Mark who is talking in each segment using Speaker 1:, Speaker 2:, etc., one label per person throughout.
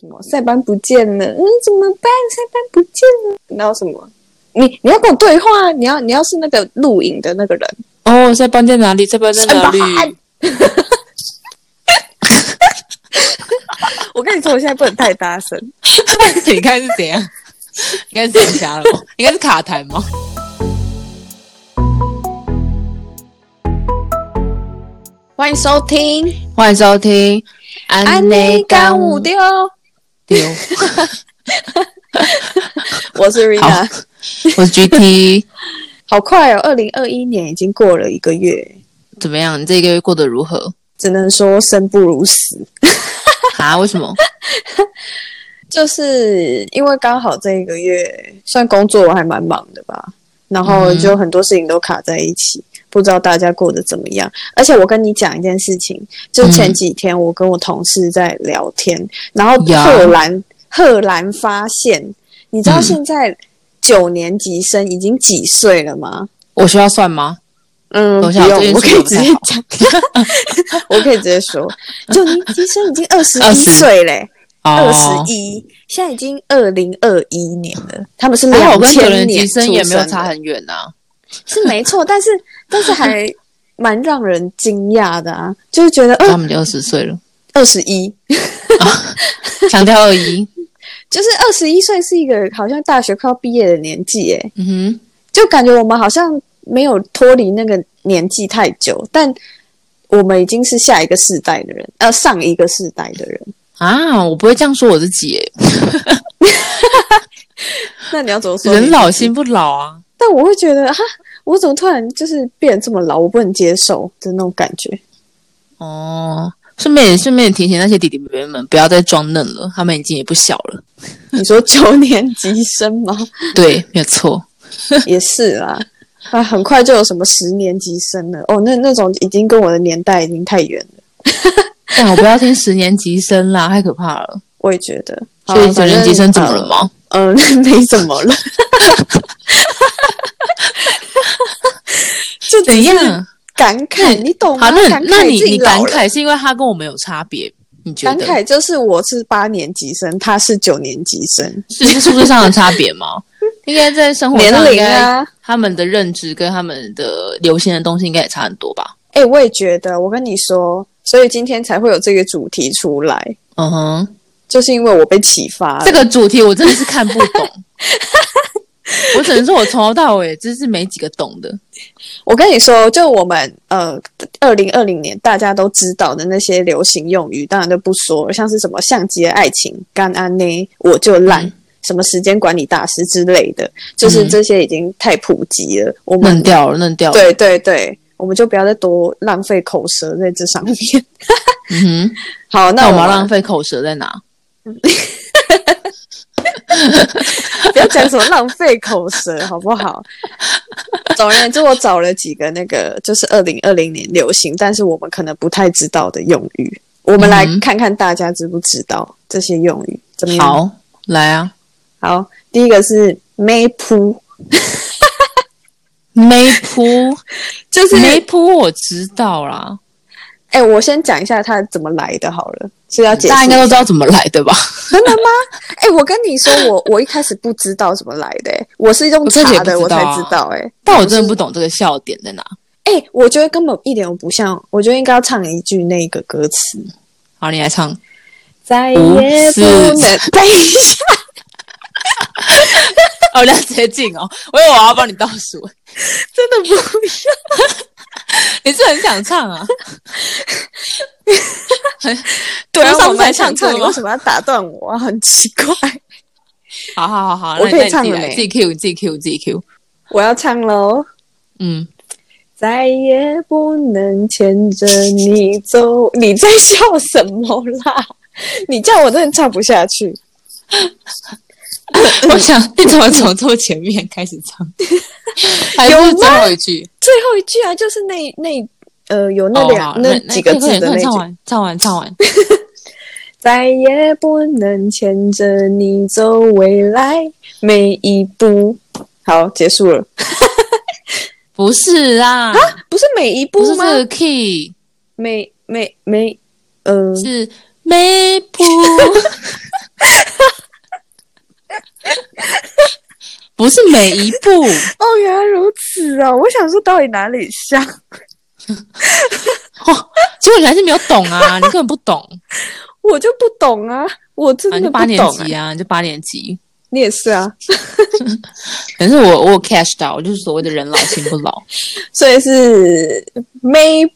Speaker 1: 什么塞班不见了，嗯，怎么办？塞班不见了，然后什么？你你要跟我对话，啊你要你要是那个录影的那个人，
Speaker 2: 哦，塞班在哪里？塞班在哪里？
Speaker 1: 塞 班我跟你说，我现在不能太大声。
Speaker 2: 你看是怎样？应该是眼瞎了吗，应该是卡痰吗？
Speaker 1: 欢迎收听《
Speaker 2: 欢迎收听《
Speaker 1: 安内干五哦
Speaker 2: 的
Speaker 1: 丢》，
Speaker 2: 丢，
Speaker 1: 我是 Rina。
Speaker 2: 我是 GT，
Speaker 1: 好快哦，二零二一年已经过了一个月，
Speaker 2: 怎么样？你这个月过得如何？
Speaker 1: 只能说生不如死。
Speaker 2: 啊？为什么？
Speaker 1: 就是因为刚好这一个月算工作我还蛮忙的
Speaker 2: 嗯
Speaker 1: 吧，然后就很多事情都卡在一起，不知道大家过得怎么样。而且我跟你讲一件事情，就前几天我跟我同事在聊天，然后
Speaker 2: 呀
Speaker 1: 赫然赫然发现，你知道
Speaker 2: 嗯
Speaker 1: 现在九年级生已经几岁了吗？
Speaker 2: 我需要算吗？
Speaker 1: 嗯，不
Speaker 2: 等一下，这
Speaker 1: 用，
Speaker 2: 件
Speaker 1: 我
Speaker 2: 事
Speaker 1: 可以
Speaker 2: 不
Speaker 1: 直
Speaker 2: 太
Speaker 1: 接
Speaker 2: 好
Speaker 1: 讲， 我可以直接 说，九年级生已经二十一
Speaker 2: 20
Speaker 1: 岁嘞。二
Speaker 2: 哦
Speaker 1: 十一，现在已经二零二一年了，他们是
Speaker 2: 还好
Speaker 1: 两
Speaker 2: 我跟九
Speaker 1: 千
Speaker 2: 年级
Speaker 1: 年
Speaker 2: 生
Speaker 1: 出
Speaker 2: 也没有
Speaker 1: 生
Speaker 2: 差
Speaker 1: 的
Speaker 2: 很远啊呐。
Speaker 1: 是没错， 但是但是还蛮让人惊讶的啊，就是觉得
Speaker 2: 他
Speaker 1: 二
Speaker 2: 们就二十岁了，
Speaker 1: 二十一，
Speaker 2: 强调二一。
Speaker 1: 就是二十一岁是一个好像大学快要毕业的年纪，诶，
Speaker 2: 嗯哼。
Speaker 1: 就感觉我们好像没有脱离那个年纪太久，但我们已经是下一个世代的人，呃，上一个世代的人。
Speaker 2: 啊，我不会这样说我自己耶，
Speaker 1: 那你要怎么说？
Speaker 2: 人老心不老啊。
Speaker 1: 但我会觉得哈，我怎么突然就是变得这么老，我不能接受的那种感觉。
Speaker 2: 哦，顺便也顺便提醒那些弟弟妹妹们，不要再装嫩了，他们已经也不小了。
Speaker 1: 你说九年级生 吗？
Speaker 2: 对，没有错。
Speaker 1: 也是啦，啊，很快就有什么十年级生了哦，那那种已经跟我的年代已经太远了，
Speaker 2: 但哎我不要听十年级生啦，太可怕了。
Speaker 1: 我也觉得。好
Speaker 2: 所以九年级生怎么？
Speaker 1: 反
Speaker 2: 了
Speaker 1: 正
Speaker 2: 吗？
Speaker 1: 呃， 没怎么了，就只
Speaker 2: 怎
Speaker 1: 是
Speaker 2: 样？
Speaker 1: 感慨，你懂吗？
Speaker 2: 好，那
Speaker 1: 感
Speaker 2: 那
Speaker 1: 慨
Speaker 2: 你
Speaker 1: 自己
Speaker 2: 你感
Speaker 1: 老了
Speaker 2: 慨是因为他跟我们有差别，你觉
Speaker 1: 感
Speaker 2: 得
Speaker 1: 慨就是我是八年级生，他是九年级生，
Speaker 2: 是是数字上的差别吗？ 应该在生活
Speaker 1: 年
Speaker 2: 上，应
Speaker 1: 龄
Speaker 2: 该
Speaker 1: 啊。
Speaker 2: 他们的认知跟他们的流行的东西应该也差很多吧？
Speaker 1: 哎、我也觉得，我跟你说，所以今天才会有这个主题出来，
Speaker 2: 嗯哼，
Speaker 1: 就是因为我被启发了。
Speaker 2: 这个主题我真的是看不懂，我只能说我从头到尾真是没几个懂的。
Speaker 1: 我跟你说，就我们呃，二零二零年大家都知道的那些流行用语，当然就不说了，像是什么“像极了爱情”“干安呢”“我就烂”什么“时间管理大师”之类的，就是
Speaker 2: 嗯
Speaker 1: 这些已经太普及了。我们
Speaker 2: 嫩掉了，嫩掉了。，
Speaker 1: 对对对，我们就不要再多浪费口舌在这上面。
Speaker 2: 嗯哼，
Speaker 1: 好，那
Speaker 2: 那我
Speaker 1: 我
Speaker 2: 们
Speaker 1: 们
Speaker 2: 要浪费口舌在哪？
Speaker 1: 不要讲什么浪费口舌， 好不好？总而言之，我找了几个那个就是二零二零年流行，但是我们可能不太知道的用语，我们来
Speaker 2: 嗯
Speaker 1: 看看大家知不知道这些用语怎么样？
Speaker 2: 好，来啊，
Speaker 1: 好第一个是妹扑，
Speaker 2: 梅铺，
Speaker 1: 就是
Speaker 2: 梅铺我知道啦，
Speaker 1: 哎、我先讲一下它怎么来的好了，是要解
Speaker 2: 大
Speaker 1: 释
Speaker 2: 家应该都知道怎么来 对吧？
Speaker 1: 哎、我跟你说，我我一开始不知道怎么来的、哎我是用
Speaker 2: 我自己也
Speaker 1: 查
Speaker 2: 不
Speaker 1: 的，
Speaker 2: 知
Speaker 1: 我
Speaker 2: 道
Speaker 1: 才
Speaker 2: 啊
Speaker 1: 知道、哎，
Speaker 2: 但我真的不懂这个笑点在哪。
Speaker 1: 哎、我觉得根本一点都不像，我觉得应该要唱一句那个歌词。
Speaker 2: 好，你来唱。哦
Speaker 1: 再
Speaker 2: 五
Speaker 1: 也不
Speaker 2: 四
Speaker 1: 能。 等一下，
Speaker 2: 哦，你要直接进哦，我以为我要帮你倒数，
Speaker 1: 真的不
Speaker 2: 你是很想唱 啊？
Speaker 1: 对啊
Speaker 2: 我上次
Speaker 1: 我蛮
Speaker 2: 才
Speaker 1: 想唱，
Speaker 2: 唱过
Speaker 1: 你为什么要打断我啊？很奇怪。
Speaker 2: 好好好好，
Speaker 1: 我
Speaker 2: 那
Speaker 1: 可
Speaker 2: 你
Speaker 1: 以
Speaker 2: 那你自己
Speaker 1: 唱了
Speaker 2: 来
Speaker 1: 没
Speaker 2: 自己 Q，你自己 Q，你自己 Q。
Speaker 1: 我要唱喽。
Speaker 2: 嗯，
Speaker 1: 再也不能牵着你走，你在笑什么啦？ 你叫我真的唱不下去。
Speaker 2: 我想你怎么从这么前面开始唱？ 还
Speaker 1: 有
Speaker 2: 是
Speaker 1: 吗
Speaker 2: 最后一句？
Speaker 1: 最后一句啊，就是那那呃有那
Speaker 2: 哦
Speaker 1: 两、
Speaker 2: 好
Speaker 1: 那几个
Speaker 2: 快
Speaker 1: 字
Speaker 2: 点
Speaker 1: 的那
Speaker 2: 快点唱
Speaker 1: 句，
Speaker 2: 完，唱完，唱 完。
Speaker 1: 再也不能牵着你走，未来每一步。好，结束了。
Speaker 2: 不是啊，
Speaker 1: 不是每一
Speaker 2: 不
Speaker 1: 步
Speaker 2: 是
Speaker 1: 吗
Speaker 2: 这？个 key，
Speaker 1: 每每每，呃，
Speaker 2: 是 map。 不是每一步。
Speaker 1: 哦，原来如此哦！我想说，到底哪里像？
Speaker 2: 哦，结果你还是没有懂 啊，你根本不懂。
Speaker 1: 我就不懂啊，我真
Speaker 2: 啊，你
Speaker 1: 的
Speaker 2: 就
Speaker 1: 不
Speaker 2: 八年
Speaker 1: 懂、欸
Speaker 2: 级啊，你就八年级。
Speaker 1: 你也是啊，
Speaker 2: 可是我我有 catch 到，就是所谓的人老心不 老。
Speaker 1: 所以是 maybe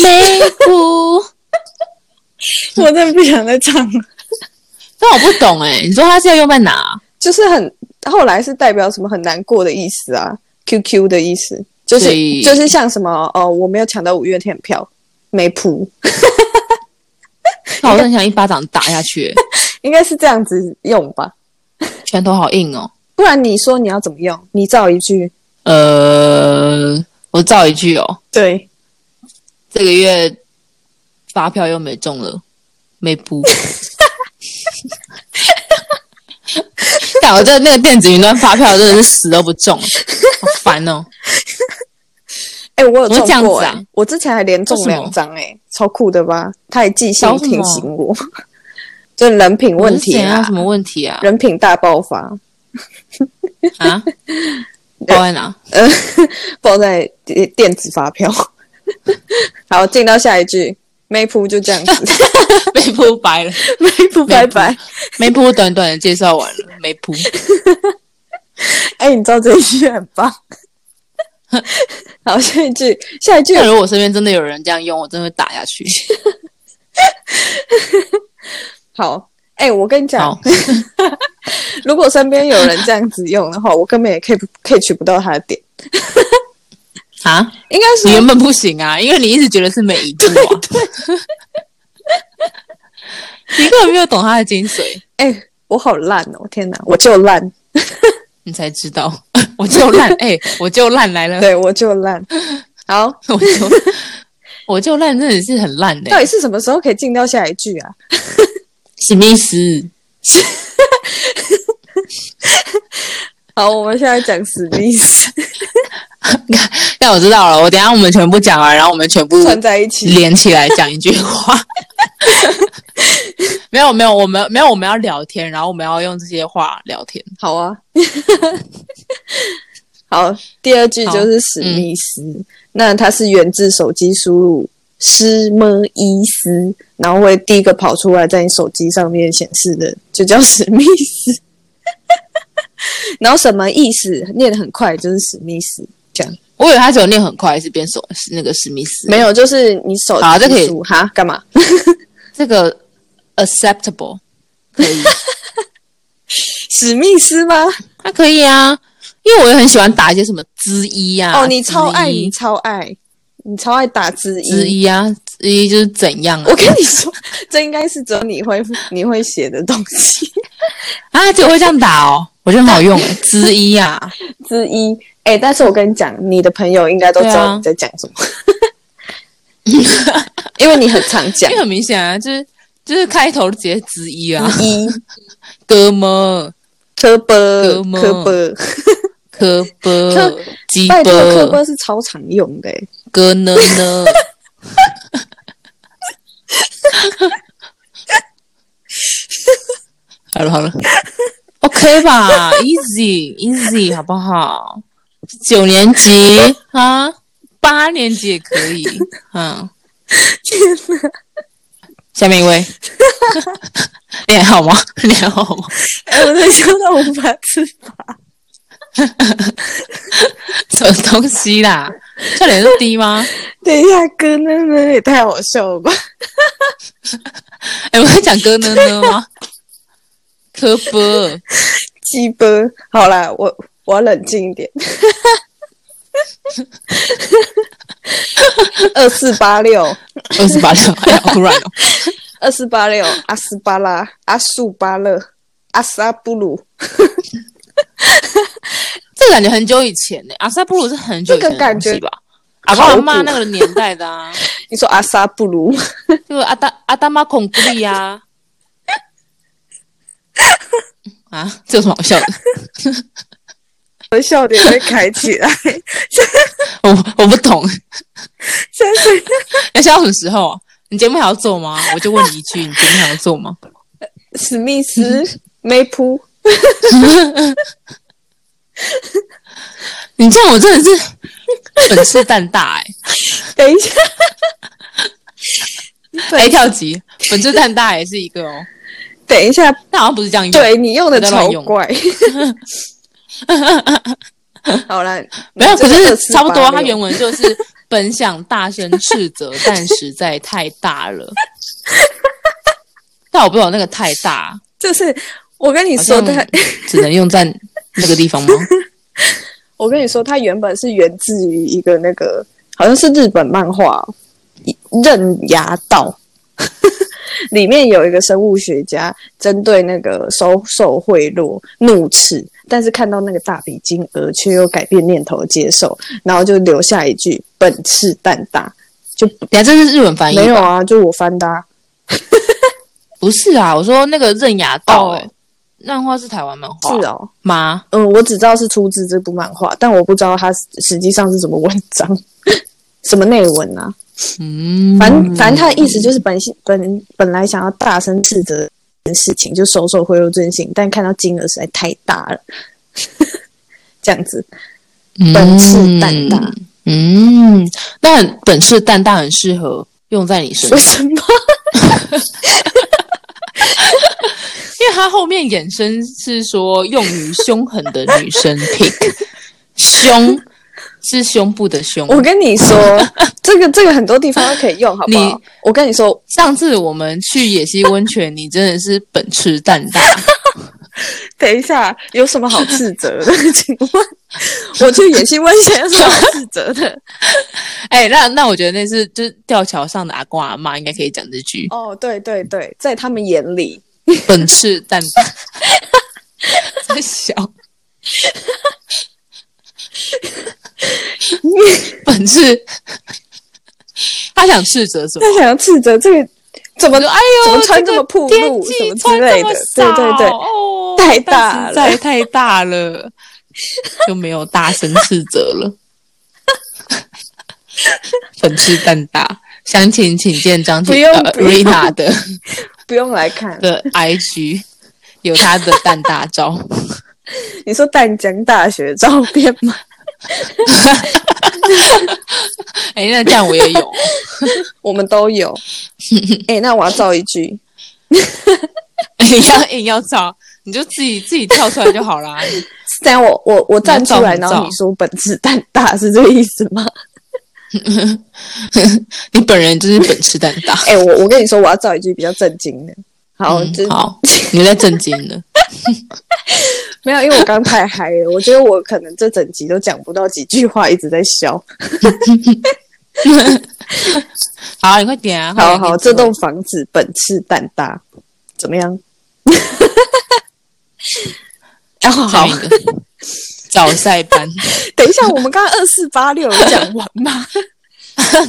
Speaker 2: 没不，
Speaker 1: 我真的不想再唱了，
Speaker 2: 但我不懂哎、你说他是要用在哪？
Speaker 1: 就是很后来是代表什么很难过的意思啊，QQ 的意思，就是
Speaker 2: 所以
Speaker 1: 就是像什么哦，我没有抢到五月天的票，没谱，
Speaker 2: 那我真的想一巴掌打下去、
Speaker 1: 应该是这样子用吧？
Speaker 2: 拳头好硬哦。
Speaker 1: 不然你说你要怎么用？你造一句，
Speaker 2: 呃，我造一句哦，
Speaker 1: 对，
Speaker 2: 这个月发票又没中了，没补。 但我这那个电子云端发票真的是死都不中，好烦哦！
Speaker 1: 哎、我有中
Speaker 2: 怎么这样
Speaker 1: 过、
Speaker 2: 子
Speaker 1: 欸，
Speaker 2: 啊
Speaker 1: 我之前还连中
Speaker 2: 为什么
Speaker 1: 两张、哎，超酷的吧？他还记性
Speaker 2: 搞什么
Speaker 1: 提醒我，就人品问题
Speaker 2: 我是怎样
Speaker 1: 啊
Speaker 2: 什，么问题啊？
Speaker 1: 人品大爆发，
Speaker 2: 啊？包在哪？
Speaker 1: 爆在电电子发 票。好，进到下一句，没谱就这样子，
Speaker 2: 没铺白了，
Speaker 1: 没谱拜拜。
Speaker 2: 没铺短短的介绍完了，没铺。
Speaker 1: 哎、你知道这一句很 棒。好，下一句，下一句
Speaker 2: 但如果我身边真的有人这样用，我真的会打下去。
Speaker 1: 好。哎、我跟你讲
Speaker 2: 好，，
Speaker 1: 如果身边有人这样子用的话，我根本也 catch catch 不到他的点。
Speaker 2: 啊，
Speaker 1: 应该
Speaker 2: 你
Speaker 1: 说
Speaker 2: 原本不行啊，因为你一直觉得是每一步啊。 你根本没有懂他的精髓，
Speaker 1: 哎、我好烂哦！天哪，我就烂，
Speaker 2: 你才知道。 我就烂，哎、我就烂来了，
Speaker 1: 对我就烂。好，
Speaker 2: 我就我就烂，真的是很烂的、
Speaker 1: 到底是什么时候可以进到下一句啊？
Speaker 2: 什么意思？
Speaker 1: 好，我们现在讲史密斯
Speaker 2: 但我知道了，我等一下我们全部讲完，然后我们全部
Speaker 1: 串在一起。
Speaker 2: 连起来讲一句话。 没有没有，我们没有我们要聊天，然后我们要用这些话聊天。
Speaker 1: 好啊， 好，第二句就是史密斯，
Speaker 2: 嗯
Speaker 1: 那它是源自手机输入斯么伊斯，然后会第一个跑出来在你手机上面显示的，就叫史密斯。 然后什么意思？念得很快，就是史密斯这样。
Speaker 2: 我以为他只有念很快，是变手是那个史密斯，
Speaker 1: 没有，就是你手
Speaker 2: 好这可以
Speaker 1: 机输哈干嘛？
Speaker 2: 这个 acceptable 可以，
Speaker 1: 史密斯吗？
Speaker 2: 那可以啊，因为我也很喜欢打一些什么之一啊，
Speaker 1: 哦，你超爱，
Speaker 2: 之一
Speaker 1: 你超爱，你超爱打之
Speaker 2: 之
Speaker 1: 一。
Speaker 2: 一啊，之一就是怎样啊
Speaker 1: 我跟你说，这应该是只有你会你会写的东西
Speaker 2: 啊，只有会这样打哦，我觉得很好用欸， 之一啊，
Speaker 1: 之一。哎、但是我跟你讲，你的朋友应该都知
Speaker 2: 对
Speaker 1: 道
Speaker 2: 啊
Speaker 1: 你在讲什么， 因为你很常讲
Speaker 2: 因为很明显啊，就是就是开头就直接之一啊，
Speaker 1: 之一
Speaker 2: 哥们。
Speaker 1: 科波
Speaker 2: 科波
Speaker 1: 科波，
Speaker 2: 科波
Speaker 1: 科
Speaker 2: 鸡
Speaker 1: 拜托科
Speaker 2: 波
Speaker 1: 波是超常用的、欸。
Speaker 2: 哥呢呢，好了好了，OK 吧，easy easy 好不好？九年级啊，八年级也可以，嗯。下面一 位，你还好吗？你还好吗？
Speaker 1: 哎、我在笑到无法自拔。
Speaker 2: 什么东西啦？笑点是低吗？
Speaker 1: 等一下，哥那那也太好笑了吧？
Speaker 2: 哎、我在讲哥呢呢吗？科波，
Speaker 1: 鸡波，好啦，我我要冷静一 点。二四八六，
Speaker 2: 二十八六，哎呀，好突然哦！
Speaker 1: 二四八六，阿斯巴拉，阿素巴勒，阿萨布鲁，
Speaker 2: 这个感觉很久以前呢、阿萨布鲁是很久以
Speaker 1: 这
Speaker 2: 前的
Speaker 1: 个感
Speaker 2: 东
Speaker 1: 觉
Speaker 2: 西吧？阿爸阿
Speaker 1: 考
Speaker 2: 妈
Speaker 1: 古
Speaker 2: 那个年代的啊，
Speaker 1: 你说阿萨布鲁，
Speaker 2: 就阿达阿达玛孔布 利呀、啊。啊，这有什么好笑的？
Speaker 1: 我的笑点被开起 来。
Speaker 2: 我我不懂，
Speaker 1: 真是，
Speaker 2: 要笑到什么时候啊？你节目还要做吗？我就问你一句，你节目还要做吗？
Speaker 1: 史密斯梅普，
Speaker 2: 你这样我真 的是本事蛋大哎、
Speaker 1: 等一下，
Speaker 2: 欸，哎、跳级，本事蛋大也是一个哦。
Speaker 1: 等一下，
Speaker 2: 但好像不是这样用，
Speaker 1: 对你用的
Speaker 2: 不要
Speaker 1: 超
Speaker 2: 乱用
Speaker 1: 怪。 好了，
Speaker 2: 没有，
Speaker 1: 你这
Speaker 2: 可
Speaker 1: 个
Speaker 2: 是
Speaker 1: 24
Speaker 2: 差不多
Speaker 1: 八，六
Speaker 2: 它原文就是 本想大声斥责，但实在太大了。但我不知道那个太大，
Speaker 1: 就是我跟你
Speaker 2: 好
Speaker 1: 说
Speaker 2: 像
Speaker 1: 他，
Speaker 2: 只能用在那个地 方吗？
Speaker 1: 我跟你说，它原本是源自于一个那个，好像是日本漫画哦《刃牙道》， 里面有一个生物学家针对那个收受贿赂怒斥，但是看到那个大笔金额却又改变念头接受，然后就留下一句“本事蛋大
Speaker 2: 等一下这是日文”。翻译吧
Speaker 1: 没有啊，就我翻的、啊。
Speaker 2: 不是啊，我说那个刃牙道、
Speaker 1: 哦
Speaker 2: 欸，漫画是台湾漫画
Speaker 1: 是哦，
Speaker 2: 吗？
Speaker 1: 嗯，我只知道是出自这部漫画，但我不知道它实际上是什么文章， 什么内文啊。
Speaker 2: 嗯，
Speaker 1: 反反正他的意思就是本性本本来想要大声斥责的事情，就收受贿赂这件事情，但看到金额实在太大了， 这样子本事蛋大
Speaker 2: 嗯。嗯，那很本事蛋大很适合用在你身上
Speaker 1: 为，什么？
Speaker 2: 因为它后面衍生是说用于凶狠的女生 pick，凶是胸部的胸。
Speaker 1: 我跟你 说，这个这个很多地方都可以用，好不
Speaker 2: 你
Speaker 1: 好？我跟你说，
Speaker 2: 上次我们去野溪温泉，你真的是本吃蛋大，
Speaker 1: 等一下有什么好斥责的？ 请问我去演戏问一下有什么好斥责的？
Speaker 2: 哎、那那我觉得那是就是吊桥上的阿公阿妈应该可以讲这句
Speaker 1: 哦，对对对，在他们眼里，
Speaker 2: 本吃蛋大， 真小，本吃，他想斥责什么？
Speaker 1: 他想要斥责这个怎么
Speaker 2: 我说：“哎
Speaker 1: 怎
Speaker 2: 呦，
Speaker 1: 么穿这么
Speaker 2: 个
Speaker 1: 暴露
Speaker 2: 天气
Speaker 1: 什么之
Speaker 2: 穿这
Speaker 1: 类
Speaker 2: 么
Speaker 1: 的对对对
Speaker 2: 少哦，
Speaker 1: 太
Speaker 2: 但
Speaker 1: 大了
Speaker 2: 实在太大了，就没有大声斥责了。粉饰蛋大，详情请见张
Speaker 1: 不
Speaker 2: 婷
Speaker 1: 用
Speaker 2: 呃
Speaker 1: 不用
Speaker 2: Rina 的
Speaker 1: 不用来看，
Speaker 2: 的 IG 有她的蛋大照，
Speaker 1: 你说淡江大学照片吗？
Speaker 2: 哎、那这样我也有，
Speaker 1: 我们都 有。哎、那我要造一句，
Speaker 2: 你要硬要照，你就自己自己跳出来就好啦。
Speaker 1: 这样我我我站出来，
Speaker 2: 你
Speaker 1: 然
Speaker 2: 要造
Speaker 1: 后你说本事蛋大是这个意思 吗？
Speaker 2: 你本人就是粉饰蛋大，
Speaker 1: 哎、我我跟你说，我要造一句比较震惊的。好，
Speaker 2: 嗯
Speaker 1: 就是
Speaker 2: 好，你在震惊了。”
Speaker 1: 没有，因为我刚太嗨了，我觉得我可能这整集都讲不到几句话，一直在笑。
Speaker 2: 好，你快点
Speaker 1: 好
Speaker 2: 啊！快点
Speaker 1: 好，这栋房子本事蛋大，怎么 样？然后好
Speaker 2: 下，一个 早赛 班，
Speaker 1: 等一下，我们刚刚二四八六讲完吗？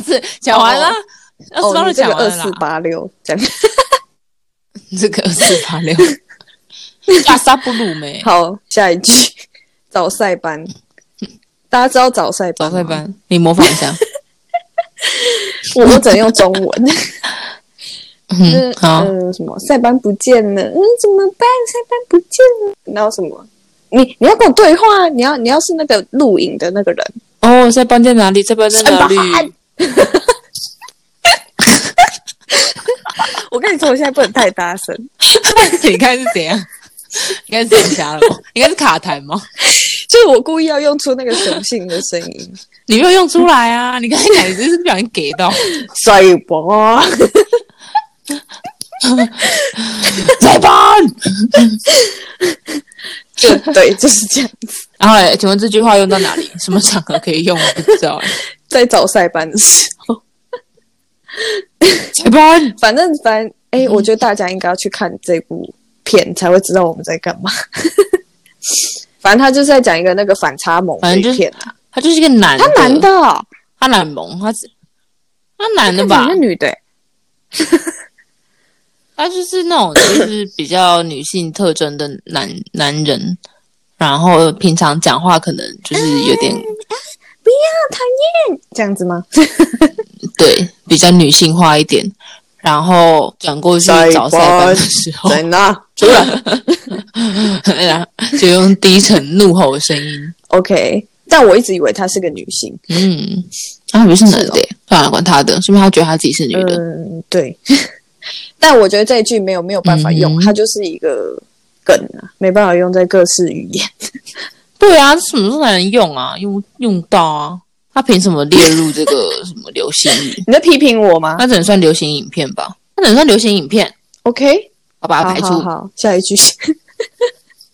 Speaker 2: 这讲完了， 二四八
Speaker 1: 哦
Speaker 2: 六
Speaker 1: 你这
Speaker 2: 讲
Speaker 1: 个二
Speaker 2: 完了
Speaker 1: 四
Speaker 2: 啦，
Speaker 1: 八六讲
Speaker 2: 这个二四八 六，大沙布鲁梅，
Speaker 1: 好，下一句早赛班，大家知道早赛班
Speaker 2: 早
Speaker 1: 吗
Speaker 2: 赛，班，你模仿一下，
Speaker 1: 我我只能用中文。就是
Speaker 2: 嗯，好，
Speaker 1: 嗯，什么塞班不见了，嗯，怎么办？塞班不见了，然后什么？你你要跟我对话，啊你要你要是那个录影的那个人，
Speaker 2: 哦，塞班在哪里？塞班在哪里？
Speaker 1: 塞班我跟你说，我现在不能太大声，
Speaker 2: 你看是怎样？应该是眼瞎了 吗，应该是卡痰吗？
Speaker 1: 就是我故意要用出那个雄性的声 音，
Speaker 2: 你没有用出来啊！你刚才讲，你真是不小心给 到，
Speaker 1: 塞班，
Speaker 2: 塞班。
Speaker 1: 就 对，就是这样。
Speaker 2: 然后嘞，请问这句话用到哪里？什么场合可以用？我不知 道。
Speaker 1: 在早塞班的时候，
Speaker 2: 塞班，
Speaker 1: 反正反正，
Speaker 2: 嗯
Speaker 1: 哎、我觉得大家应该要去看这部片，才会知道我们在干嘛。 反正他就是在讲一个那个反差萌
Speaker 2: 反
Speaker 1: 的
Speaker 2: 正就是
Speaker 1: 片啊，
Speaker 2: 他就是一个男的，
Speaker 1: 他男的哦、
Speaker 2: 他男萌，他是他男的
Speaker 1: 看
Speaker 2: 吧
Speaker 1: 起来？是女的欸、
Speaker 2: 他就是那种就是比较女性特征的男男人，然后呃平常讲话可能就是有点
Speaker 1: 这样子吗？
Speaker 2: 对比较女性化一点，然后转过去
Speaker 1: 塞
Speaker 2: 找塞班的时候，啊
Speaker 1: 在哪？出 来。
Speaker 2: 然后就用低沉怒吼的声音
Speaker 1: OK，但我一直以为她是个女性。
Speaker 2: 嗯，他以为是男的耶，哦嗯呃算了，管他的，说明他觉得他自己是女的。
Speaker 1: 嗯，对。 但我觉得这一句没有没有办法用，
Speaker 2: 嗯
Speaker 1: 它就是一个梗啊，没办法用在各式语言。
Speaker 2: 对啊，这什么时候才能用啊？用用到啊？他凭什么列入这个什么流行语？
Speaker 1: 你在批评我吗
Speaker 2: 那只能算流行影片吧？那只能算流行影片，
Speaker 1: ？OK，
Speaker 2: 好把它
Speaker 1: 好
Speaker 2: 排
Speaker 1: 好
Speaker 2: 除。
Speaker 1: 好，下一句。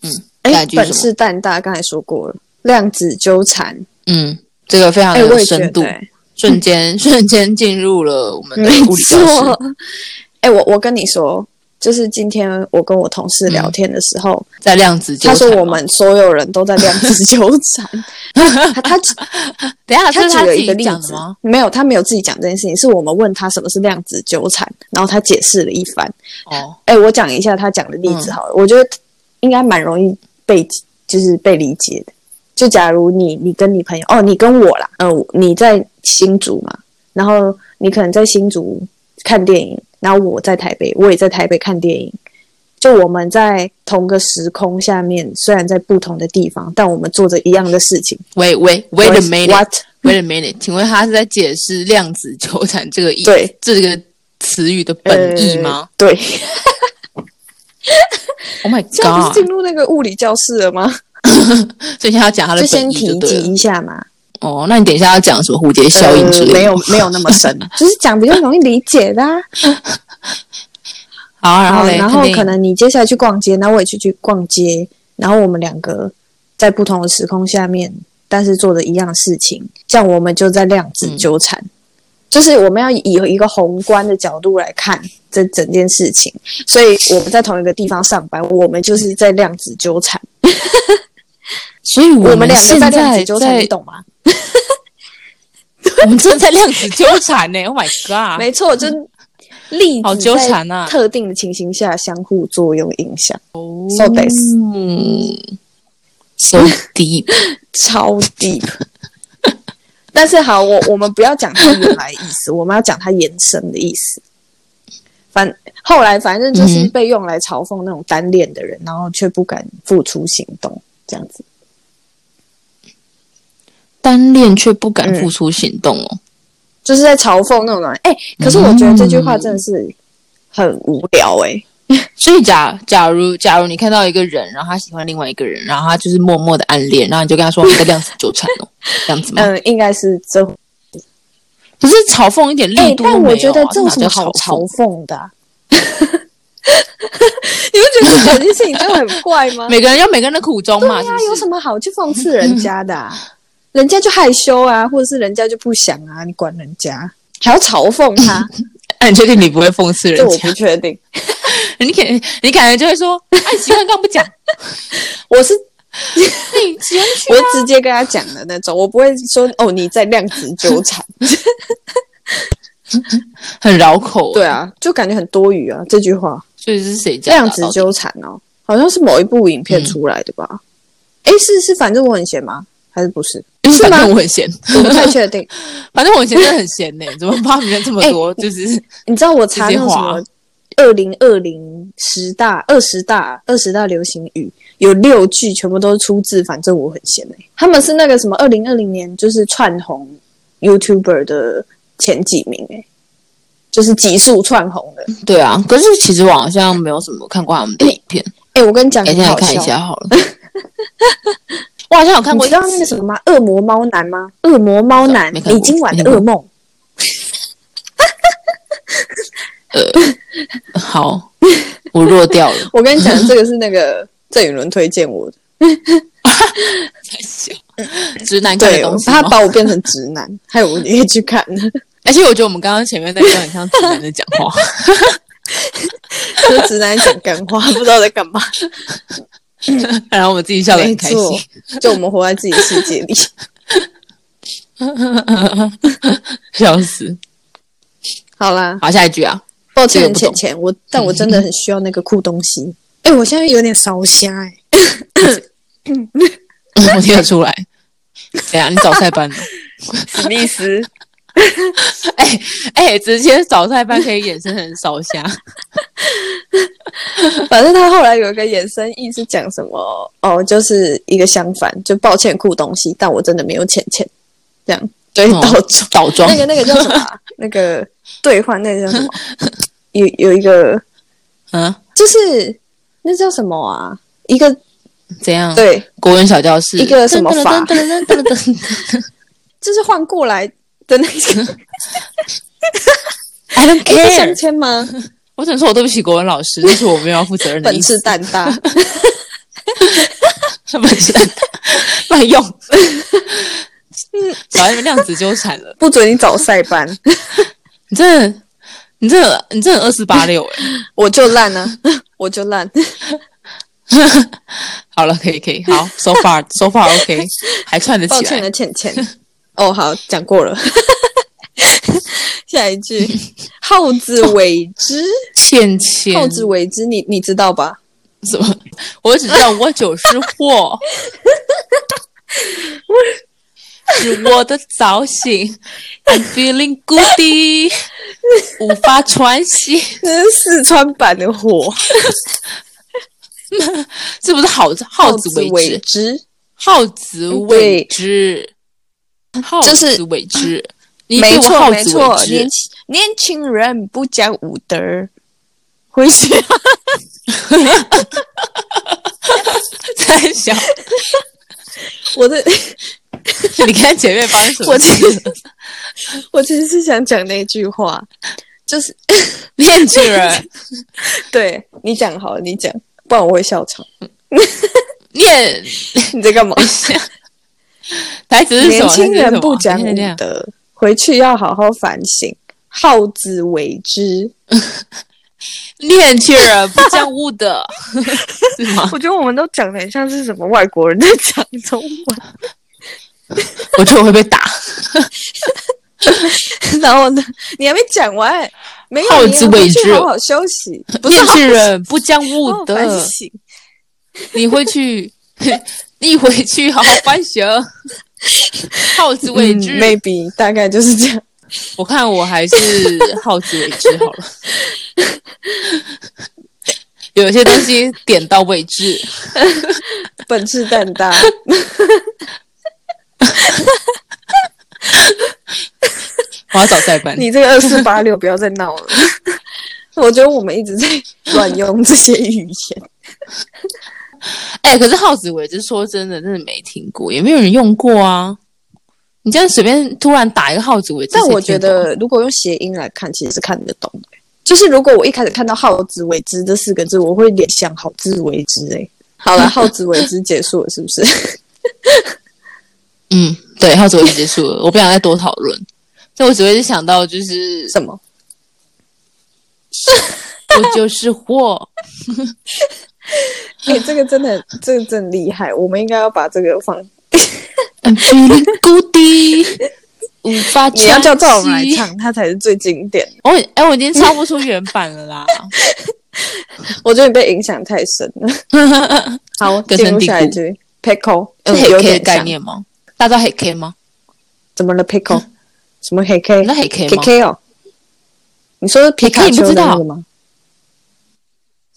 Speaker 2: 嗯，下
Speaker 1: 哎
Speaker 2: 一，句是什
Speaker 1: 本
Speaker 2: 么
Speaker 1: 是蛋大，刚才说过了，量子纠缠。
Speaker 2: 嗯，这个非常
Speaker 1: 哎，
Speaker 2: 有
Speaker 1: 我也觉
Speaker 2: 深度，
Speaker 1: 得、哎
Speaker 2: 瞬间 瞬间进入了我们的
Speaker 1: 没
Speaker 2: 物理教室。
Speaker 1: 错。 哎、我我跟你说，就是今天我跟我同事聊天的时候，
Speaker 2: 在量子嗯纠
Speaker 1: 他
Speaker 2: 缠
Speaker 1: 说
Speaker 2: 吗
Speaker 1: 我们所有人都在量子纠 缠。他他
Speaker 2: 等一下，
Speaker 1: 他
Speaker 2: 这是
Speaker 1: 举
Speaker 2: 他
Speaker 1: 了
Speaker 2: 自
Speaker 1: 一个
Speaker 2: 己
Speaker 1: 例
Speaker 2: 讲的
Speaker 1: 子
Speaker 2: 吗？，
Speaker 1: 没有，他没有自己讲这件事情，是我们问他什么是量子纠缠，然后他解释了一番。
Speaker 2: 哦，
Speaker 1: 哎、我讲一下他讲的例
Speaker 2: 嗯
Speaker 1: 子好了，我觉得应该蛮容易被就是被理解的。就假如你你跟你朋友哦，你跟我啦，嗯、你在新竹嘛，然后你可能在新竹看电影，然后我在台北，我也在台北看电影。就我们在同个时空下面，虽然在不同的地方，但我们做着一样的事情。
Speaker 2: 喂喂，wait a minute，wait
Speaker 1: What？
Speaker 2: a minute，请问他是在解释量子纠缠这个意
Speaker 1: 对，
Speaker 2: 这个词语的本意吗
Speaker 1: 呃？对，
Speaker 2: ？Oh my
Speaker 1: 这样不
Speaker 2: god！
Speaker 1: 是进入那个物理教室了吗？
Speaker 2: 所以现在要讲它的
Speaker 1: 就
Speaker 2: 本
Speaker 1: 先
Speaker 2: 意就
Speaker 1: 提
Speaker 2: 对
Speaker 1: 及
Speaker 2: 了。
Speaker 1: 一下嘛。
Speaker 2: 哦，那你等一下要讲什么蝴蝶效应之类的、
Speaker 1: 呃没有没有那么深， 就是讲比较容易理解的、啊。
Speaker 2: 好啊，然后
Speaker 1: 好
Speaker 2: 嘞，
Speaker 1: 然后
Speaker 2: 看电影
Speaker 1: 可能你接下来去逛街，然后我也去去逛街，然后我们两个在不同的时空下面，但是做的一样的事情，这样我们就在量子纠缠。就是我们要以一个宏观的角度来看这整件事情，所以我们在同一个地方上班，我们就是在量子纠缠。
Speaker 2: 所以
Speaker 1: 我
Speaker 2: 我
Speaker 1: 们两个
Speaker 2: 现
Speaker 1: 在
Speaker 2: 在
Speaker 1: 量子纠缠，你
Speaker 2: 在
Speaker 1: 懂吗？
Speaker 2: 我们正在量子纠 缠呢、Oh my god！
Speaker 1: 没错，就是粒
Speaker 2: 好
Speaker 1: 子
Speaker 2: 纠
Speaker 1: 在
Speaker 2: 缠啊
Speaker 1: 特定的情形下相互作用影响，
Speaker 2: 哦
Speaker 1: so this
Speaker 2: 嗯，so deep。
Speaker 1: 超 deep。但是好，我我们不要讲它原来意思，我们要讲它延伸的意思。反后来反正就是
Speaker 2: 嗯
Speaker 1: 被用来嘲讽那种单恋的人，然后却不敢付出行动，这样子。
Speaker 2: 单恋却不敢
Speaker 1: 嗯
Speaker 2: 付出行动哦，
Speaker 1: 就是在嘲讽那种人。哎、可是我觉得这句话真的是很无聊哎、
Speaker 2: 所以假假如假如你看到一个人，然后他喜欢另外一个人，然后他就是默默的暗恋，然后你就跟他说你在量子纠缠 哦，这样子吗？
Speaker 1: 嗯，应该是这
Speaker 2: 可是嘲讽一点
Speaker 1: 哎，
Speaker 2: 力度都没
Speaker 1: 但
Speaker 2: 有、啊
Speaker 1: 我觉得这有什么
Speaker 2: 哪叫
Speaker 1: 好嘲
Speaker 2: 嘲
Speaker 1: 讽的、 啊？你不觉得这件事情就 很怪吗
Speaker 2: 讽？？每个人有每个人的苦衷嘛，
Speaker 1: 对啊，
Speaker 2: 是不
Speaker 1: 有
Speaker 2: 是
Speaker 1: 什么好去讽刺人家的、 啊？人家就害羞啊，或者是人家就不想啊，你管人家，还要嘲讽他？
Speaker 2: 哎那你确定你不会讽 刺
Speaker 1: 这
Speaker 2: 嗯人
Speaker 1: 我
Speaker 2: 家
Speaker 1: 不？确定。
Speaker 2: 你感你感觉就会说，哎，习惯刚不讲，
Speaker 1: 我是
Speaker 2: 你喜欢
Speaker 1: 我是直接跟他讲的那种，我不会说哦你在量子纠 缠。
Speaker 2: 很绕口，
Speaker 1: 对，啊，就感觉很多余啊这句话。
Speaker 2: 所以是谁讲的啊
Speaker 1: 量子纠缠哦，好像是某一部影
Speaker 2: 嗯
Speaker 1: 片出来的吧？哎、是是，反正我很闲吗？还是不是？
Speaker 2: 到底
Speaker 1: 是
Speaker 2: 反
Speaker 1: 吗
Speaker 2: 正我很闲，
Speaker 1: 我不太确定。
Speaker 2: 反正我以前真的很 闲呢、怎么帮别人这么多？就是
Speaker 1: 你知道我查那
Speaker 2: 直
Speaker 1: 种
Speaker 2: 接
Speaker 1: 什
Speaker 2: 划
Speaker 1: 么二零二零十大、二十大、二十大流行语，有六句全部都是出自“反正我很闲、欸”他们是那个什么二零二零年就是窜红 YouTuber 的前几名哎、就是极速窜红的。
Speaker 2: 对啊，可是其实我好像没有什么看过他们的影 片，
Speaker 1: 哎、我跟你讲，
Speaker 2: 改
Speaker 1: 很
Speaker 2: 天来
Speaker 1: 好
Speaker 2: 看一
Speaker 1: 笑。
Speaker 2: 下好了。 我好像有看
Speaker 1: 你
Speaker 2: 过，
Speaker 1: 知道那个什么吗？恶魔猫男吗？恶魔猫男
Speaker 2: 没，看过
Speaker 1: 你今晚的噩梦。
Speaker 2: 好，我弱掉 了。
Speaker 1: 我跟你讲，这个是那个郑宇伦推荐我的，
Speaker 2: 直男看的
Speaker 1: 对
Speaker 2: 东，西吗
Speaker 1: 他把我变成直男，还有我也去看。
Speaker 2: 而且我觉得我们刚刚前面那段很像直男在讲 话，
Speaker 1: 就直男讲干话，不知道在干嘛。
Speaker 2: 然后我们自己笑得
Speaker 1: 没
Speaker 2: 很开
Speaker 1: 错
Speaker 2: 心。，
Speaker 1: 就我们活在自己的世界里。
Speaker 2: 笑死！
Speaker 1: 好啦，
Speaker 2: 好，下一句啊，
Speaker 1: 抱
Speaker 2: 这
Speaker 1: 歉
Speaker 2: 个不
Speaker 1: 浅
Speaker 2: 懂
Speaker 1: 浅，我但我真的很需要那个酷东西。哎、我现在有点烧瞎 哎、
Speaker 2: 哎 我听得出来。怎样？你早塞班了？
Speaker 1: 史密斯，
Speaker 2: 哎哎、直接早菜班可以衍生成烧虾，
Speaker 1: 反正他后来有一个衍生意是讲什么哦，就是一个相反，就抱歉酷东西，但我真的没有钱钱，这样对
Speaker 2: 哦
Speaker 1: 倒装、
Speaker 2: 倒装
Speaker 1: 那个那个叫什么啊、那个兑换那个叫什么？有有一个
Speaker 2: 嗯，
Speaker 1: 就是那叫什么啊？一个
Speaker 2: 怎样？
Speaker 1: 对，
Speaker 2: 国文小教室
Speaker 1: 一个什么法
Speaker 2: 噔噔噔噔噔噔噔
Speaker 1: 就是换过来的那个，
Speaker 2: I don't
Speaker 1: 哎、 是相
Speaker 2: care。
Speaker 1: 签吗？
Speaker 2: 我只能说我对不起国文老 师，这是我没有要负责任的
Speaker 1: 本
Speaker 2: 意思。
Speaker 1: 事蛋大，
Speaker 2: 本事 乱用，小孩子量子纠缠了。
Speaker 1: 不准你早塞班，
Speaker 2: 你这，你这，你这二四八六哎。
Speaker 1: 我就烂啊，我就烂。
Speaker 2: 好了，可以可以，好，so far so far OK，还串得
Speaker 1: 抱
Speaker 2: 起
Speaker 1: 歉
Speaker 2: 来。
Speaker 1: 了，浅浅。 哦，好，讲过了。 下一句， 耗子尾汁，
Speaker 2: 倩倩，
Speaker 1: 耗子尾汁，你你知道吧？
Speaker 2: 什么？ 我只知道我就是我，是我的造型，I'm feeling good，无法喘息，
Speaker 1: 这是四川版的火，
Speaker 2: 是不是好耗子为之？
Speaker 1: 汁，
Speaker 2: 耗子为之，耗
Speaker 1: 嗯就是
Speaker 2: 子为之。 你对
Speaker 1: 没
Speaker 2: 我
Speaker 1: 错
Speaker 2: 耗
Speaker 1: 没
Speaker 2: 子
Speaker 1: 错
Speaker 2: 为，之
Speaker 1: 年，轻年轻人不讲武德儿，会写
Speaker 2: 在想，
Speaker 1: 我的，
Speaker 2: 你看前面发生什么
Speaker 1: 我
Speaker 2: 事？
Speaker 1: 我其实是想讲那句话，就是
Speaker 2: 年轻人，
Speaker 1: 对你讲好了，你讲，不然我会笑场。
Speaker 2: 你也
Speaker 1: 你在干 嘛？
Speaker 2: 台词是什么？
Speaker 1: 年轻
Speaker 2: 台词是什
Speaker 1: 人
Speaker 2: 么
Speaker 1: 不讲
Speaker 2: 等一下等一
Speaker 1: 武
Speaker 2: 下
Speaker 1: 德，回去要好好反省。好自为 之，
Speaker 2: 年轻人啊不讲武 德，是吗？
Speaker 1: 我觉得我们都讲的很像是什么外国人在讲中文。
Speaker 2: 我觉得我会被打。
Speaker 1: 然后呢，你还没讲完，没有
Speaker 2: 好
Speaker 1: 你
Speaker 2: 自
Speaker 1: 要回
Speaker 2: 为
Speaker 1: 去
Speaker 2: 之
Speaker 1: 好好休息，啊不是
Speaker 2: 年
Speaker 1: 好
Speaker 2: 轻人不讲
Speaker 1: 好
Speaker 2: 武德，
Speaker 1: 反省。
Speaker 2: 你会去，你回去好好反省。好自为
Speaker 1: 嗯
Speaker 2: 之，
Speaker 1: ，maybe 大概就是这样。
Speaker 2: 我看我还是好自为之好了。 有些东西点到为止，
Speaker 1: 本事 蛋大，
Speaker 2: 我要找代 班。
Speaker 1: 你这个二四八六不要再 闹了。我觉得我们一直在乱用这些语言。
Speaker 2: 哎、可是耗子尾汁，说真的，真的没听过，也没有人用过啊。你这样随便突然打一个耗子尾汁，
Speaker 1: 但
Speaker 2: 谁
Speaker 1: 我觉
Speaker 2: 听懂
Speaker 1: 得，如果用谐音来看，其实是看得懂的。就是如果我一开始看到“好自为之”这四个字，我会联想“好自为之”哎。好了，“好自为之”结束了，是不 是？
Speaker 2: 嗯，对，耗子尾汁结束了，我不想再多讨论。但我只会想到就 是，
Speaker 1: 什么？
Speaker 2: 我就是货，
Speaker 1: 哎、这个真的，这个真的厉害。我们应该要把这个放。嗯
Speaker 2: I'm feeling good，无法
Speaker 1: 你要叫赵
Speaker 2: 我
Speaker 1: 荣来。唱，它才是最经典 的。
Speaker 2: 我哎、我已经唱不出原版了啦。
Speaker 1: 我觉得你被影响太深了。 好，
Speaker 2: 根
Speaker 1: 进
Speaker 2: 深
Speaker 1: 入
Speaker 2: 蒂
Speaker 1: 下一
Speaker 2: 固
Speaker 1: 句。Pickle，
Speaker 2: 是
Speaker 1: 嗯，
Speaker 2: 黑
Speaker 1: 有
Speaker 2: K
Speaker 1: 点
Speaker 2: 的概
Speaker 1: 像。
Speaker 2: 念吗？大家知道黑 K 吗？
Speaker 1: 怎么了？Pickle？什么黑
Speaker 2: 你
Speaker 1: K？
Speaker 2: 知道黑 K 吗
Speaker 1: KK 哦，你说是皮卡
Speaker 2: 你不
Speaker 1: 丘
Speaker 2: 知
Speaker 1: 的
Speaker 2: 道
Speaker 1: 那个吗？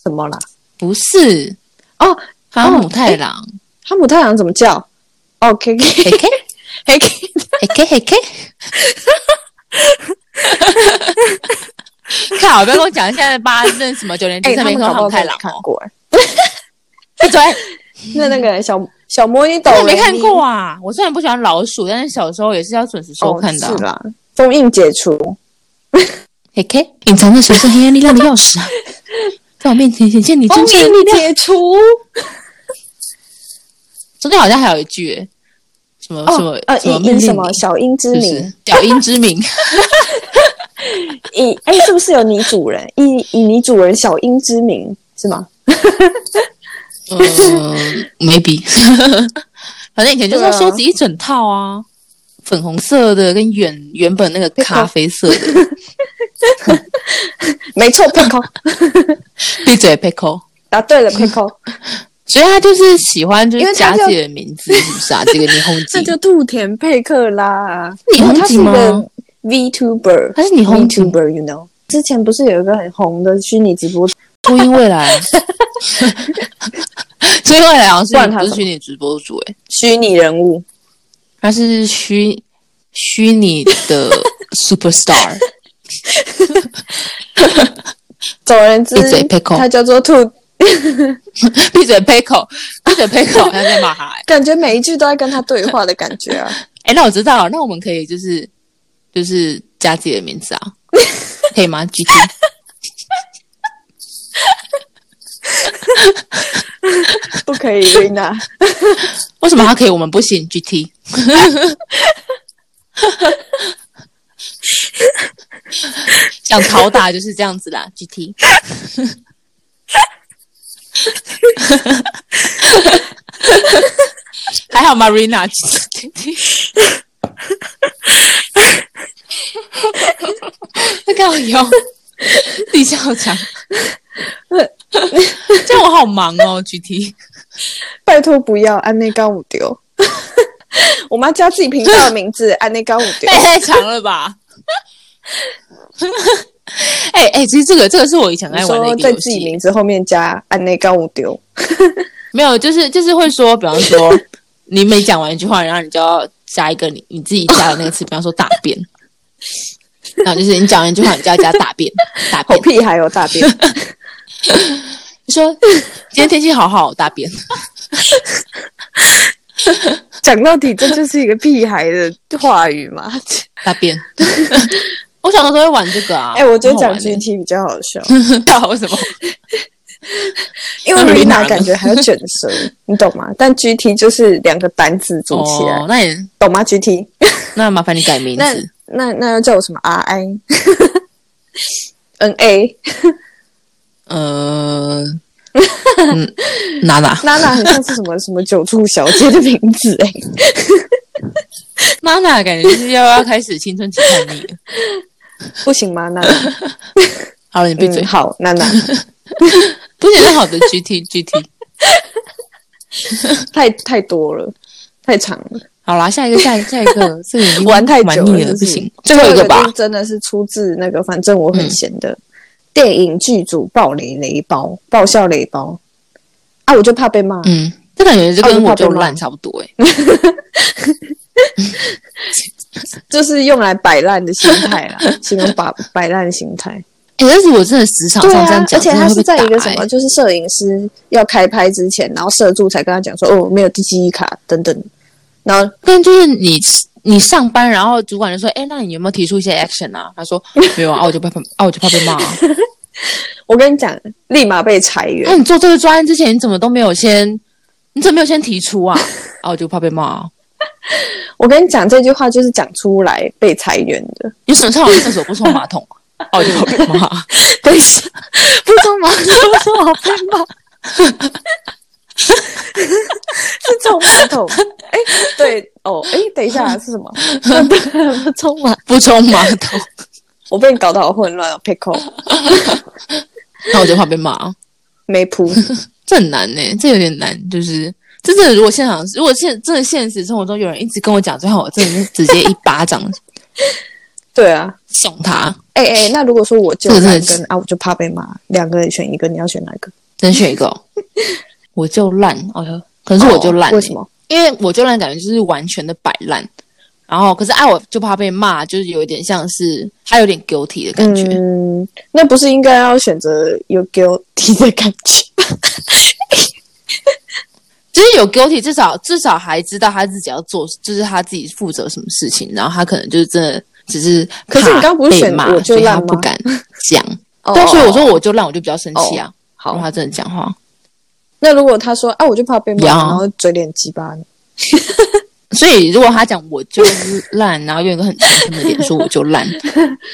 Speaker 1: 什么啦？
Speaker 2: 不是，
Speaker 1: 哦，
Speaker 2: 哈姆太郎。
Speaker 1: 哈姆太郎怎么叫？哦，KK
Speaker 2: 黑 K，
Speaker 1: KK，
Speaker 2: 黑 K，黑 K。看好，不要跟我讲现在八那什么九年 级
Speaker 1: 哎，
Speaker 2: 生
Speaker 1: 他
Speaker 2: 没
Speaker 1: 们
Speaker 2: 看
Speaker 1: 搞
Speaker 2: 过
Speaker 1: 不
Speaker 2: 哈
Speaker 1: 好都
Speaker 2: 姆太郎
Speaker 1: 没看
Speaker 2: 哦。
Speaker 1: 过哎。
Speaker 2: 闭嘴！
Speaker 1: 那那个小小魔女斗
Speaker 2: 我没看过啊。我虽然不喜欢老鼠，但是小时候也是要准时收看的啊
Speaker 1: 哦。是啦，封印解除。
Speaker 2: 嘿 K，隐藏在神圣黑暗力量的钥匙啊，在我面前 显现你真正的力量。
Speaker 1: 解除。
Speaker 2: 中间好像还有一句，欸什么什么
Speaker 1: 哦，呃，
Speaker 2: 什么
Speaker 1: 以
Speaker 2: 命
Speaker 1: 以
Speaker 2: 令
Speaker 1: 什么
Speaker 2: 你
Speaker 1: 小鹰之
Speaker 2: 就
Speaker 1: 名，
Speaker 2: 是小鹰之 名，
Speaker 1: 以哎，是不是有女主人？以以女主人小鹰之名是吗？
Speaker 2: 嗯，maybe，反正以前就是要收集一整套啊，粉红色的跟原原本那个咖啡色 的，
Speaker 1: 没错，Pickle
Speaker 2: 闭嘴 Pickle。
Speaker 1: 答对了，Pickle，
Speaker 2: 所以他就是喜欢就
Speaker 1: 因
Speaker 2: 是
Speaker 1: 为他
Speaker 2: 加
Speaker 1: 就
Speaker 2: 自己的 名字，是不是啊？这个霓虹
Speaker 1: 这
Speaker 2: 锦
Speaker 1: 就兔田佩克啦。啊
Speaker 2: 你忘
Speaker 1: 他
Speaker 2: 记
Speaker 1: 是一
Speaker 2: 吗
Speaker 1: 个 VTuber，
Speaker 2: 但是你红什么
Speaker 1: VTuber，you know？之前不是有一个很红的虚拟直播，
Speaker 2: 初音未来， 初音未来好
Speaker 1: 不然
Speaker 2: 像是
Speaker 1: 他
Speaker 2: 不是
Speaker 1: 什么
Speaker 2: 虚拟直播主诶、
Speaker 1: 虚拟人物，
Speaker 2: 他是虚虚拟的 superstar，
Speaker 1: 总而言之
Speaker 2: 闭嘴，，Pickle
Speaker 1: 它叫做兔，
Speaker 2: 闭嘴 p i c o 闭嘴 p i c o 好像在骂他诶、欸
Speaker 1: 感觉每一句都在跟他对话的感觉啊。
Speaker 2: 哎、那我知道了，那我们可以就是就是加自己的名字 啊，可以吗？G T，
Speaker 1: 不可以 r i
Speaker 2: 为什么他可以我们不行？G T，想拷打就是这样子啦，G T。还好 Marina，那个有李校长，这样我好忙哦，GT。
Speaker 1: 拜托不要安内高五丢。 我们要加自己频道的名 字，安内高五丢
Speaker 2: 太。太长了吧？ 哎哎、其实这个这个是哎我以前
Speaker 1: 你
Speaker 2: 爱玩的
Speaker 1: 说
Speaker 2: 一个
Speaker 1: 在
Speaker 2: 游
Speaker 1: 自己
Speaker 2: 戏，
Speaker 1: 名字后面加安内高五 丢，
Speaker 2: 没有，就是就是会说，比方 说你每讲完一句话，然后你就要加一个你你自己加的那个词，比方说大 便，然后就是你讲完一句话，你就要加大 便，大
Speaker 1: 好
Speaker 2: 便，
Speaker 1: 屁还有大便，
Speaker 2: 你说今天天气好好，大便，
Speaker 1: 讲到底这就是一个屁孩的话语嘛。
Speaker 2: 大便。我小时候都会玩这个啊，
Speaker 1: 哎、我觉得
Speaker 2: 很好
Speaker 1: 讲
Speaker 2: 玩欸
Speaker 1: GT 比较好 笑，
Speaker 2: 为什么？
Speaker 1: 因为
Speaker 2: 那
Speaker 1: r i
Speaker 2: Rina
Speaker 1: n
Speaker 2: 呢
Speaker 1: 感觉还要卷舌， 你懂吗？但 GT 就是两个单字组起来，
Speaker 2: 哦，那也
Speaker 1: 懂吗？GT
Speaker 2: 那麻烦你改名
Speaker 1: 那
Speaker 2: 字，
Speaker 1: 那那要叫我什么 R I N A
Speaker 2: 呃，嗯，娜娜。
Speaker 1: 娜娜很像是什么什么九处小姐的名字哎、
Speaker 2: 妈妈感觉就是要要开始青春期叛逆了。
Speaker 1: 不行吗？娜娜，
Speaker 2: 好了，你闭嘴
Speaker 1: 嗯，， 好，娜娜
Speaker 2: 不是是好的 GT GT。
Speaker 1: 太太多了，太长了，
Speaker 2: 好啦，下一个，下一个，下一个，这个已经
Speaker 1: 玩太
Speaker 2: 蛮
Speaker 1: 久
Speaker 2: 腻
Speaker 1: 了，
Speaker 2: 了，
Speaker 1: 就
Speaker 2: 不
Speaker 1: 是
Speaker 2: 行。
Speaker 1: 最
Speaker 2: 最后
Speaker 1: 后
Speaker 2: 一
Speaker 1: 个
Speaker 2: 个吧
Speaker 1: 就是，真的是出自那个，反正我很闲的、电影剧组爆雷雷包，爆笑雷包啊！我就怕被骂，
Speaker 2: 嗯，这感觉就
Speaker 1: 哦
Speaker 2: 跟
Speaker 1: 你怕
Speaker 2: 我就
Speaker 1: 被骂
Speaker 2: 烂差不多
Speaker 1: 哦
Speaker 2: 哎。
Speaker 1: 就是用来摆烂的心态 啦，形容摆摆烂的心态。
Speaker 2: 哎，但是我真的职场
Speaker 1: 对
Speaker 2: 上这样
Speaker 1: 啊，而
Speaker 2: 讲，
Speaker 1: 且他是在一个什么，
Speaker 2: 真的会被打欸？
Speaker 1: 就是摄影师要开拍之前，然后摄助才跟他讲说，哦，没有记忆卡等等，然后
Speaker 2: 但就是你你上班，然后主管就说：“哎，那你有没有提出一些 action 啊？”他说：“没有啊，啊我就怕被啊，我就怕被 骂啊。
Speaker 1: 我跟你讲，立马被裁”员
Speaker 2: 那。你做这个专案之前，你怎么都没有先，你怎么没有先提出啊？啊，我就怕被骂啊。
Speaker 1: 我跟你讲这句话就是讲出来被裁员的，
Speaker 2: 你手上好厕所不冲马桶，啊，我就怕被骂啊。
Speaker 1: 等一下，不冲马桶，不冲马桶吗？ 是冲马桶？哎、对哦，哎、等一 下是什么？不冲马，
Speaker 2: 不冲马桶，
Speaker 1: 我被你搞得好混乱哦，pickle
Speaker 2: 那我就怕被骂。
Speaker 1: 没铺，
Speaker 2: 这很难呢、这有点难，就是这真的，如果现场，如果现真的现实生活中有人一直跟我讲这话，我真的是直接一巴掌
Speaker 1: 对啊。
Speaker 2: 送他。
Speaker 1: 哎、哎、那如果说我就
Speaker 2: 这个真
Speaker 1: 烂
Speaker 2: 的是
Speaker 1: 跟啊，我就怕被骂，两个人选一个，你要选哪个？
Speaker 2: 真选一个哦，我就烂。哦哟，可是我就烂、
Speaker 1: 哦为什？么？
Speaker 2: 因为我就烂，感觉就是完全的摆烂。然后，可是哎，我就怕被骂，就是有一点像是他有点 guilty 的感觉。
Speaker 1: 嗯，那不是应该要选择有 guilty 的感 觉？
Speaker 2: 就是有 guilty，至少至少还知道他自己要做，就是他自己负责什么事情，然后他可能就是真的只是
Speaker 1: 可是你
Speaker 2: 怕
Speaker 1: 刚不是
Speaker 2: 被
Speaker 1: 选
Speaker 2: 骂
Speaker 1: 我就
Speaker 2: 所以他
Speaker 1: 烂吗
Speaker 2: 不敢讲。
Speaker 1: 哦
Speaker 2: 对啊，所以我说我就烂，我就比较生气啊。如
Speaker 1: 好
Speaker 2: 果，他真的讲话，
Speaker 1: 那如果他说啊，我就怕被骂，
Speaker 2: 呀
Speaker 1: 然后嘴脸鸡巴呢，
Speaker 2: 所以如果他讲我就是烂，然后用一个很诚恳的脸说我就 烂，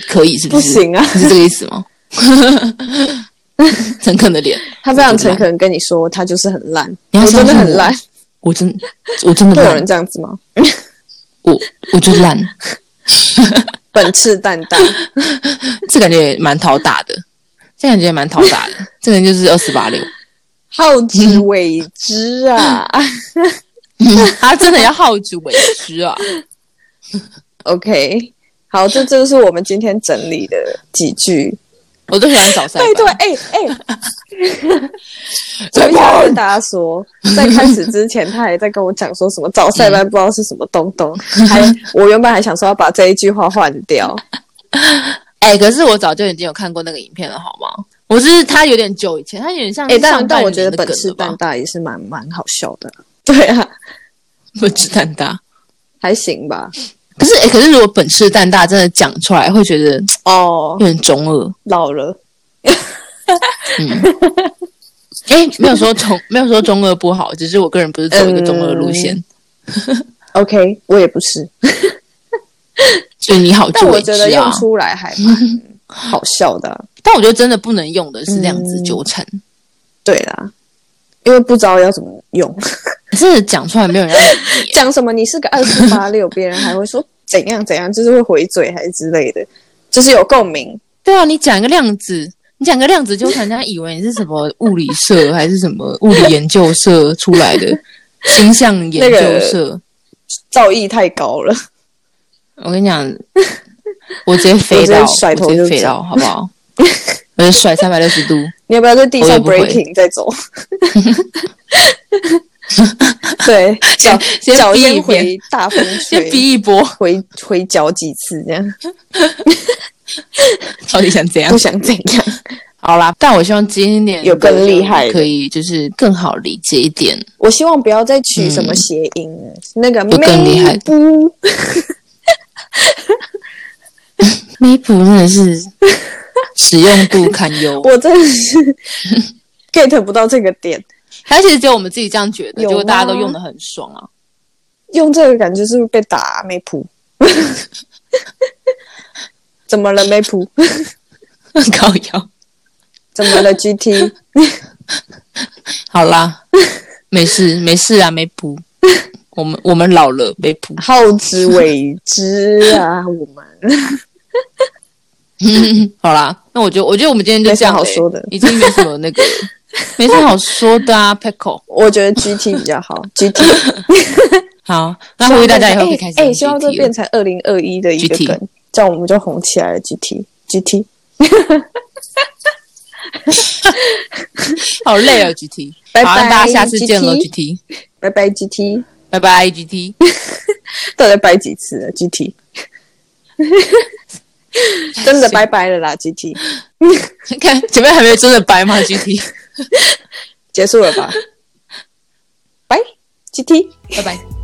Speaker 2: 可以是
Speaker 1: 不
Speaker 2: 是？
Speaker 1: 行啊！
Speaker 2: 你是这个意思吗？ 诚恳的脸，
Speaker 1: 他非常诚恳地跟你说，他就是很烂，
Speaker 2: 你要
Speaker 1: 我
Speaker 2: 相
Speaker 1: 真的
Speaker 2: 信
Speaker 1: 很
Speaker 2: 我
Speaker 1: 烂，
Speaker 2: 我真我真的
Speaker 1: 会有
Speaker 2: 烂
Speaker 1: 人，这样子吗？
Speaker 2: 我我就烂，
Speaker 1: 本赤蛋 蛋，
Speaker 2: 这感觉也蛮讨打的，这感觉也蛮讨 打的，这个人就是二十八六。
Speaker 1: 好之为之啊
Speaker 2: 他真的要好自为之啊！
Speaker 1: ！OK，好，这就是我们今天整理的几句。
Speaker 2: 我都喜欢早塞
Speaker 1: 拜托，
Speaker 2: 班。
Speaker 1: 哎、哎， 我一想要跟大家说，在开始之前，他还在跟我讲说什么早塞
Speaker 2: 嗯
Speaker 1: 班不知道是什么东东，还 我原本还想说要把这一句话换 掉。
Speaker 2: 哎、可是我早就已经有看过那个影片了，好吗？我是他有点久以前，他有点像
Speaker 1: 哎、
Speaker 2: 是
Speaker 1: 但
Speaker 2: 上
Speaker 1: 但
Speaker 2: 半
Speaker 1: 我觉得
Speaker 2: 年的
Speaker 1: 本
Speaker 2: 梗
Speaker 1: 事
Speaker 2: 了吧
Speaker 1: 蛋大也是蛮蛮好笑的。对啊，
Speaker 2: 本事蛋大。
Speaker 1: 还行 吧。
Speaker 2: 可是、哎，可是如果本事蛋大真的讲出来，会觉得嘖
Speaker 1: 哦
Speaker 2: 有，点中二。
Speaker 1: 老了，
Speaker 2: 哎、没有说中， 没有说中二不好，只是我个人不是走一个中二路
Speaker 1: 嗯
Speaker 2: 线，
Speaker 1: OK，我也不是，
Speaker 2: 就是你好
Speaker 1: 但
Speaker 2: 就
Speaker 1: 我
Speaker 2: 为
Speaker 1: 觉
Speaker 2: 之
Speaker 1: 得用
Speaker 2: 啊。
Speaker 1: 出来还蛮 好笑的啊、
Speaker 2: 但我觉得真的不能用的是量子
Speaker 1: 嗯
Speaker 2: 纠缠，
Speaker 1: 对啦，因为不知道要怎么用，
Speaker 2: 真的讲出来没有人要理你
Speaker 1: 讲什么你是个二四八 六，别人还会说怎样怎样，就是会回嘴还是之类的，就是有共鸣。
Speaker 2: 对啊，你讲一个量子，你讲个量子纠缠，人家以为你是什么物理社还是什么物理研究社出来的星象研究 社。
Speaker 1: 造诣太高了，
Speaker 2: 我跟你讲，我直接
Speaker 1: 我
Speaker 2: 飞
Speaker 1: 直接
Speaker 2: 到，
Speaker 1: 甩头
Speaker 2: 我直
Speaker 1: 就
Speaker 2: 接飞
Speaker 1: 走
Speaker 2: 到，好不好？我就甩三百六十 度。
Speaker 1: 你要不要在地
Speaker 2: 我
Speaker 1: 上
Speaker 2: 也不会
Speaker 1: breaking 再 走？对，脚
Speaker 2: 先
Speaker 1: 脚
Speaker 2: 逼一
Speaker 1: 先
Speaker 2: 遍
Speaker 1: 回大风
Speaker 2: 先
Speaker 1: 吹，
Speaker 2: 逼一波，
Speaker 1: 回回脚几次这样，
Speaker 2: 到底想怎样
Speaker 1: 不？想怎样。
Speaker 2: 好啦，但我希望今年
Speaker 1: 有更厉害的
Speaker 2: 可以就是更好理解一点。
Speaker 1: 我希望不要再取什么谐音，那个
Speaker 2: 有嗯更厉害
Speaker 1: 妹不
Speaker 2: 弥补真 的是使用度堪忧，
Speaker 1: 我真的是 get 不到这个点，
Speaker 2: 而且只有我们自己这样觉得，
Speaker 1: 有
Speaker 2: 结果大家都
Speaker 1: 吗
Speaker 2: 用的很爽啊。
Speaker 1: 用这个感觉是不是被打、妹扑？ 怎么了妹扑？
Speaker 2: 高腰，
Speaker 1: 怎么了 GT？
Speaker 2: 好啦，没事没事啊，没补。我们我们老了没补，
Speaker 1: 好之为之啊！我们
Speaker 2: 好啦，那我觉得我觉得我们今天就这样、
Speaker 1: 没什么好说的
Speaker 2: 欸已经没什 么那个，没什么好说的啊，Pickle。
Speaker 1: 我觉得 GT 比较好，GT
Speaker 2: 好，那啊呼吁大家以后可以开始
Speaker 1: 哎、
Speaker 2: 用
Speaker 1: 哎希望这
Speaker 2: GT 了
Speaker 1: 变成二零二一的一个
Speaker 2: GT
Speaker 1: 梗，这样我们就红起来了。GT GT，
Speaker 2: 好 累啊，GT。
Speaker 1: 拜
Speaker 2: 好，那
Speaker 1: 拜
Speaker 2: 大家下次见喽
Speaker 1: GT
Speaker 2: ，GT。
Speaker 1: 拜拜 GT，
Speaker 2: 拜拜，GT。
Speaker 1: 到底拜几次啊了 GT？真的拜拜了啦，GT
Speaker 2: 看前面还没有真的白吗？GT。
Speaker 1: 结束了吧？拜 GT。
Speaker 2: 拜拜。